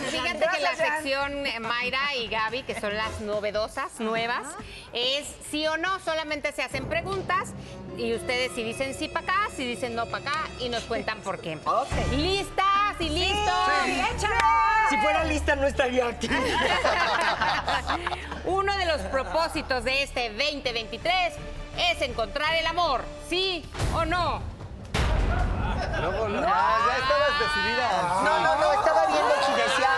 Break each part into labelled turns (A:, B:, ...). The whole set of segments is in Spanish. A: Fíjate que la
B: Gracias, Jan.
A: sección eh, Mayra y Gaby, que son las novedosas, nuevas, es sí o no, solamente se hacen preguntas y ustedes si dicen sí para acá, si dicen no para acá y nos cuentan por qué.
B: Ok.
A: ¿Listas y listos?
B: Sí. ¡Échale!
C: Si fuera lista no estaría aquí.
A: Uno de los propósitos de este 2023 es encontrar el amor, ¿sí o no?
C: Luego, no.
D: Ah,
C: Ya, ya estabas decidida.
B: No, no,
A: Ah.
B: no, estaba viendo si decía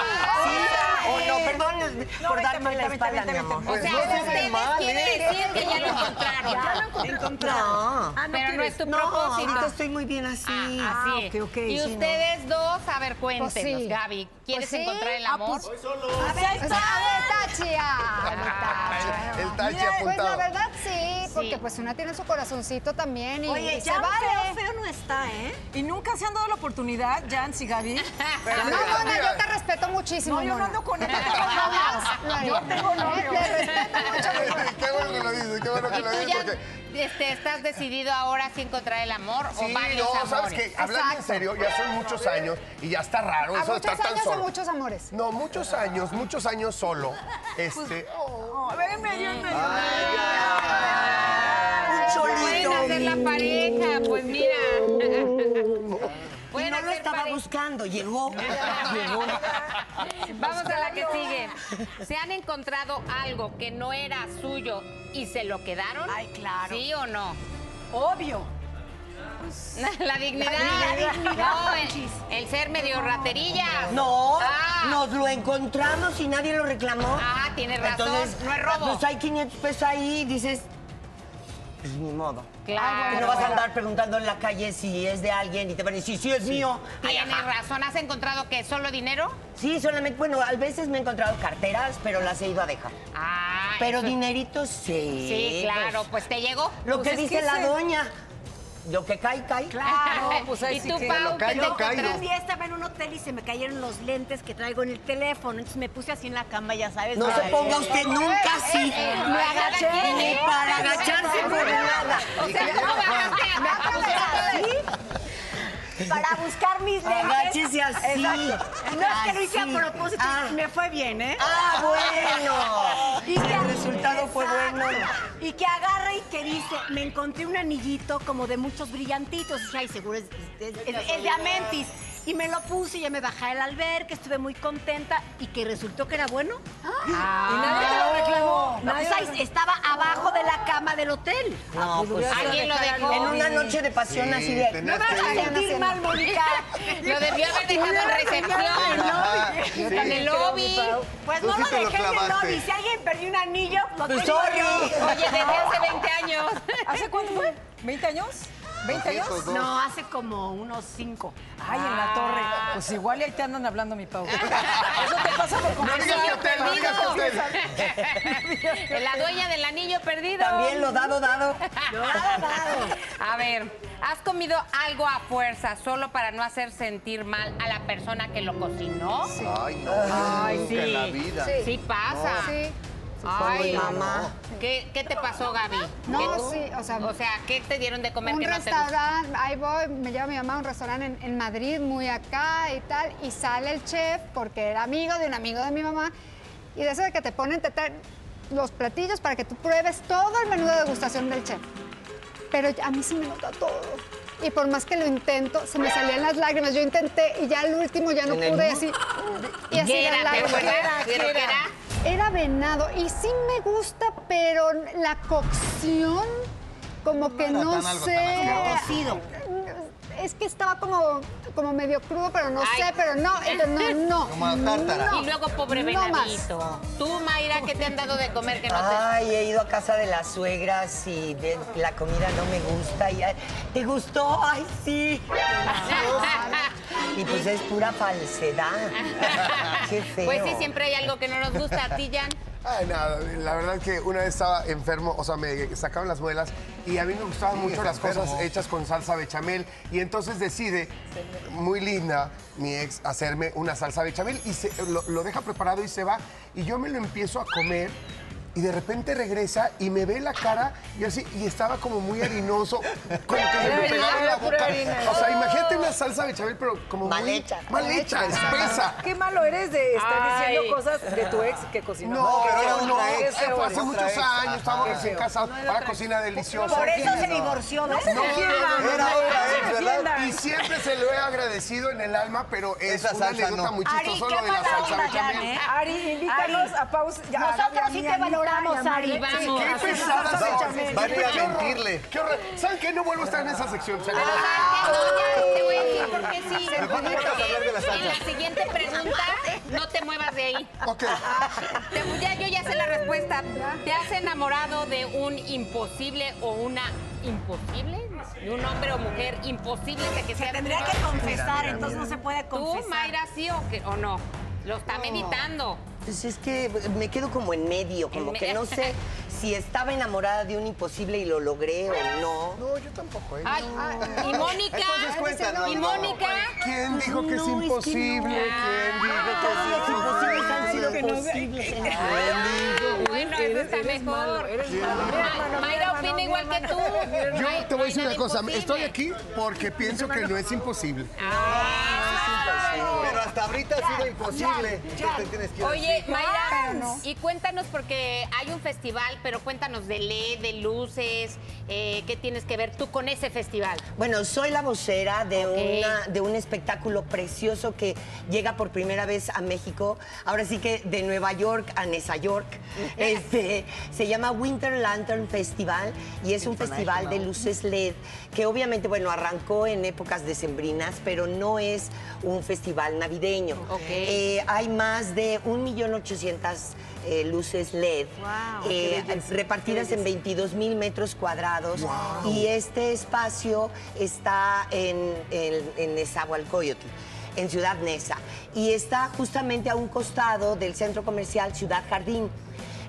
B: sí o
C: Ay.
B: no. Perdón por darme la espalda, mi amor.
A: O sea,
C: no se ve
A: ustedes
C: mal,
A: quieren
C: ¿eh?
A: decir que ya lo encontraron.
B: No.
A: Pero Ah, no es tu
B: No, ahorita
A: propósito.
B: estoy muy bien así.
A: Ah, así es.
B: ok, ok,
A: y
B: sí, no.
A: ustedes dos, a ver, cuéntenos,
E: Pues sí.
A: Gaby, ¿quieres
E: Pues sí.
A: encontrar el
E: Ah,
A: amor?
E: pues-
D: A ver,
E: Está de
A: Ah,
E: Tachia.
D: el Tachi
E: Pues
D: apuntado.
E: la verdad sí, porque
A: Sí.
E: pues una tiene su corazoncito también y,
F: Oye,
E: y se
F: ya feo,
E: vale.
F: feo no está, ¿eh?
G: Y nunca se han dado la oportunidad, Jans y Gaby.
E: No, mona, yo te respeto muchísimo.
G: No, yo no
E: mona.
G: ando con él.
E: Jamás lo haría.
G: Yo tengo novio.
E: Te respeto mucho.
D: qué bueno que lo dices, qué bueno que
A: ¿Y
D: lo
A: tú
D: dices.
A: ya
D: pues, Porque...
A: este, estás decidido ahora si encontrar el amor o
D: Sí,
A: varios
D: no,
A: amores?
D: sabes que hablando en
E: Exacto.
D: serio, ya son muchos años y ya está raro Pues,
E: A
D: eso de
E: muchos
D: estar tan
E: años a
D: solo.
E: muchos amores.
D: No, muchos años, muchos años solo.
E: Pues,
D: Este,
G: No, venme, ayúdenme.
B: Un
A: Pueden hacer
B: cholito.
A: la pareja, pues mira.
B: Y
A: Pueden
B: no lo
A: hacer
B: estaba
A: pareja.
B: buscando, llegó. Llegó.
A: Vamos a la que sigue. ¿Se han encontrado algo que no era suyo y se lo quedaron?
G: Ay, claro.
A: ¿Sí o no?
G: Obvio.
A: La dignidad. No, el, el ser medio raterilla.
B: No,
A: Ah,
B: nos lo encontramos y nadie lo reclamó.
A: Ah, tienes razón, no es robo.
B: Pues hay 500 pesos ahí y dices, pues ni modo.
A: Claro.
B: Y no vas a andar preguntando en la calle si es de alguien y te van a decir, sí, es mío. Ay,
A: Tienes
B: ajá.
A: razón. ¿Has encontrado que solo dinero?
B: Sí, solamente, bueno, a veces me he encontrado carteras, pero las he ido a dejar.
A: Ah,
B: Pero
A: eso-
B: dineritos sí.
A: Sí, claro. Pues te llegó.
B: Lo
G: Pues
B: que
G: es
B: dice
G: que
B: la
G: ese-
B: doña, lo que cae, cae.
A: Ah,
G: Claro, pues ahí
A: ¿Y
G: sí
A: tú,
G: que-
A: Pau, qué te
D: caigo, caigo.
A: encontraste?
F: Un día estaba en un hotel y se me cayeron los lentes que traigo en el teléfono. Entonces me puse así en la cama, ya sabes.
B: No se
F: Ay,
B: ponga usted nunca así.
A: Me agaché.
B: Ni para agacharse por nada.
A: ¿eh? O sea, no bajaste a-
F: Para buscar mis lentes.
B: Agáchese así.
F: Exacto. No es que lo hice a
B: Así.
F: propósito,
B: Ah.
F: me fue bien, ¿eh?
B: Ah, bueno.
F: Y que-
B: el resultado fue
F: Exacto.
B: bueno.
F: Y que agarra y que dice, me encontré un anillito como de muchos brillantitos. Y dije, ay, seguro es, es- es- es de Amentis. Y me lo puse y ya me bajé al albergue, estuve muy contenta y que resultó que era bueno.
G: Y nadie te lo reclamó.
F: No,
G: Nadie
F: pues ahí estaba abajo de la cama del hotel.
B: No, pues
G: hubiera
A: Alguien lo
G: dejar al
A: dejó.
B: en una
G: Bobby.
B: noche de pasión
D: Sí,
B: así de.
D: tenías que ir.
F: Sentir mal, Mónica.
A: Lo debió haber dejado en recepción.
D: Ajá, sí.
A: En el lobby.
F: Pues
D: Tú
F: no
D: sí
F: lo
D: te lo
F: dejé en el
D: clavaste.
F: lobby. Si alguien perdió un anillo, lo
B: Pues,
F: tengo
B: sorry.
F: yo.
A: Oye, desde hace 20 años.
G: ¿Hace cuánto fue? ¿20 años? ¿20 años?
D: Doscientos, dos.
F: No, hace como unos cinco.
G: Ay, en la torre. Pues igual y ahí te andan hablando, mi Pau. Eso te pasa por
D: No
G: comprar.
D: digas que hotel, no digas que hotel.
A: La dueña del anillo perdido.
B: También lo dado, dado.
A: A ver, ¿has comido algo a fuerza solo para no hacer sentir mal a la persona que lo cocinó? Sí,
D: Ay, no, Ay,
A: sí.
D: nunca en la vida.
E: Sí.
A: pasa.
E: Sí.
A: Ay,
B: mamá.
A: ¿Qué, qué te pasó, Gaby?
E: No,
A: ¿Qué-
E: sí, o sea-
A: O sea, ¿qué te dieron de comer
E: un
A: que no te gustó?
E: restaurante, ahí voy, me lleva mi mamá a un restaurante en, en Madrid, muy acá y tal, y sale el chef porque era amigo de un amigo de mi mamá, y de eso de que te ponen te traen los platillos para que tú pruebes todo el menú de degustación del chef. Pero a mí se me nota todo. Y por más que lo intento, se me salían las lágrimas. Yo intenté y ya al último ya no
B: En el
E: pude y
B: mu-
E: así. Y así
A: ¿Qué
E: las
A: era? ¿Te
E: lágrimas.
A: acuerdas? ¿Pero qué era?
E: Era venado y sí me gusta, pero la cocción como que
D: era
E: no
D: tan algo tan
E: sé.
F: Cocido.
E: Es que estaba como, como medio crudo, pero no
A: Ay.
E: sé, pero no, entonces no, no.
D: Como la tártara.
E: no,
A: Y luego, pobre
E: no más.
A: venadito. Tú, Mayra, ¿qué te han dado de comer que no te
E: Ah,
B: Ay, he ido a casa de las suegras y de- la comida no me gusta. Y, ay, ¿Te gustó? Ay, sí. Y pues es pura falsedad. Qué feo.
A: Pues sí, siempre hay algo que no nos gusta a ti, Jan.
D: Ay, nada, la verdad que una vez estaba enfermo, o sea, me sacaron las muelas y a mí me gustaban mucho las cosas hechas con salsa bechamel y entonces decide, muy linda, mi ex, hacerme una salsa bechamel y se- lo, lo deja preparado y se va y yo me lo empiezo a comer Y de repente regresa y me ve la cara y así, y estaba como muy harinoso, como que se me pegaba en la boca. O sea, imagínate una salsa bechamel, pero como
B: Mal
D: muy-
B: hecha.
D: Mal hecha, espesa.
G: Qué malo eres de estar
A: Ay.
G: diciendo cosas de tu ex que cocinó.
D: No,
G: Qué
D: pero
G: feo,
D: no, no,
G: qué
D: fue
G: feo
D: hace
G: eres.
D: muchos años, estábamos recién casados, ahora cocina deliciosa.
F: Por eso se divorció. ¿no?
D: No,
C: Era otra ex, ¿verdad?
D: Y siempre se lo he agradecido en el alma, pero es
C: Esa
D: una
C: salsa
D: anécdota
C: no.
D: muy
F: Ari,
D: chistosa
F: qué
D: lo de la
F: mala
D: salsa
F: onda, Jan,
D: bechamel.
F: ¿eh?
G: Ari, invítanos
F: Ari,
G: a pausa. Ya, Gaby, a
F: Nosotros
G: mí,
F: sí
G: a
F: te
G: mí, Gaby, a mí.
F: valoramos, Ari.
A: Sí,
D: Qué
A: Vamos,
D: pesada
G: salsa
D: salsa
G: bechamel.
D: bechamel.
C: Van a
D: Qué horror,
C: mentirle.
D: qué horror. ¿Saben qué? No vuelvo a estar en esa sección. se acabó.
A: Ah, No, ya, te voy a decir por qué sí.
C: Mejor no vamos a hablar de
A: Porque En
C: la
A: la
C: salsa.
A: siguiente pregunta, no te muevas de ahí.
D: Ok.
A: Te- ya, yo ya sé la respuesta. ¿Te has enamorado de un imposible o una imposible? ¿De un hombre o mujer imposible de que
F: Se
A: sea
F: tendría
A: tu
F: que
A: novio?
F: confesar, entonces no se puede
A: ¿Tú,
F: confesar.
A: Mayra, sí o, qué- o no? Lo está meditando.
B: Pues es que me quedo como en medio, como
A: En me-
B: que no sé si estaba enamorada de un imposible y lo logré o no.
D: No, yo tampoco,
F: Pues
D: ¿eh?
A: Ay, y Mónica.
C: Entonces cuéntanos,
A: y
C: no.
A: Mónica.
D: ¿Quién dijo que es
B: No, es que no.
D: imposible? ¿Quién dijo que es
B: Los imposibles han sido posibles.
A: Ah, Bueno, eso está mejor. Ma- Mayra opina igual que tú.
D: Yo
A: No hay-
D: te
A: no
D: voy a
A: hay
D: decir
A: nada
D: una cosa,
A: imposible.
D: estoy aquí porque pienso que no es imposible.
C: Pero hasta ahorita ha sido imposible.
F: ya.
C: Tú te tienes que ir
A: Oye,
C: así.
A: Mayra, y cuéntanos porque hay un festival, pero cuéntanos de LED, de luces, eh, qué tienes que ver tú con ese festival.
B: Bueno, soy la vocera de,
A: Ok.
B: una- de un espectáculo precioso que llega por primera vez a México. Ahora sí que de Nueva York a Nesa York. Este, se llama Winter Lantern Festival y es un festival de luces LED que obviamente, bueno, arrancó en épocas decembrinas, pero no es un festival navideño.
A: Ok.
B: Eh, hay más de 1.800.000 eh, luces LED eh, repartidas en 22 mil metros cuadrados y este espacio está en, en, en Nezahualcóyotl, en Ciudad Neza y está justamente a un costado del centro comercial Ciudad Jardín.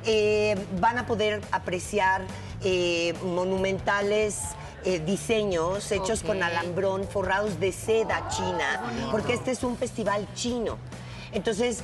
B: Eh, van a poder apreciar eh, monumentales eh, diseños hechos
A: Ok.
B: con alambrón, forrados de seda china, porque este es un festival chino. Entonces,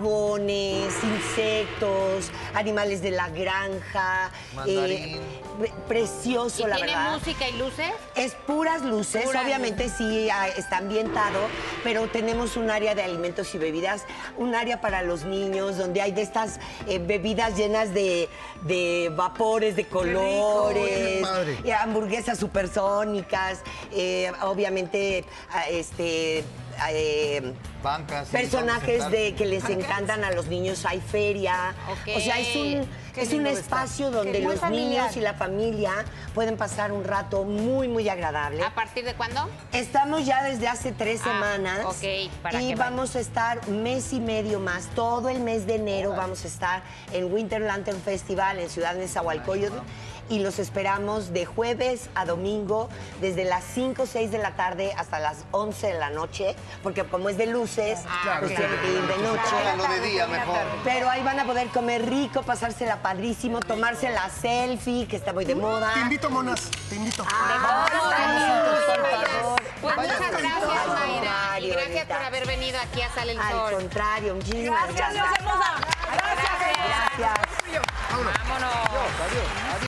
B: dragones, insectos, animales de la granja. eh,
C: Mandarín.
B: pre- precioso,
A: ¿Y
B: la
A: tiene
B: verdad.
A: música y luces?
B: Es puras luces,
A: Puras
B: obviamente sí ah, está ambientado, pero tenemos un área de alimentos y bebidas, un área para los niños, donde hay de estas eh, bebidas llenas de, de vapores, de colores,
D: padre.
B: eh, hamburguesas supersónicas, eh, obviamente ah, este. ah, eh,
C: Bancas. sí,
B: personajes
C: vamos a
B: de que les encantan a los niños, hay feria.
A: Ok.
B: O sea, es un,
G: Qué
B: es un
G: lindo está.
B: espacio donde
E: muy
B: los
E: familiar.
B: niños y la familia pueden pasar un rato muy, muy agradable.
A: ¿A partir de cuándo?
B: Estamos ya desde hace tres
A: Ah,
B: semanas
A: ok, para
B: y
A: que
B: vamos a estar mes y medio más. Todo el mes de enero vamos a estar en Winter Lantern Festival en Ciudad de Zahualcoyotl y los esperamos de jueves a domingo desde las 5 o 6 de la tarde hasta las 11 de la noche, porque como es de luces,
A: Ah,
B: pues
A: ok.
B: tienen que ir de noche.
C: Háganlo de día mejor.
B: Pero ahí van a poder comer rico, pasársela padrísimo, tomarse la selfie, que está muy de
A: Uh,
B: moda.
D: Te invito, monas, te invito.
B: Ah,
A: Ah, Pues
B: Vayan
A: muchas
B: con
A: gracias,
B: todo,
A: Mayra. Y
B: Mario,
A: gracias por
B: neta.
A: haber venido aquí a Sale el
B: Al
A: Sol.
B: contrario, muchísimas gracias.
A: Gracias.
B: Gracias.
A: Vámonos.
C: Adiós. Adiós.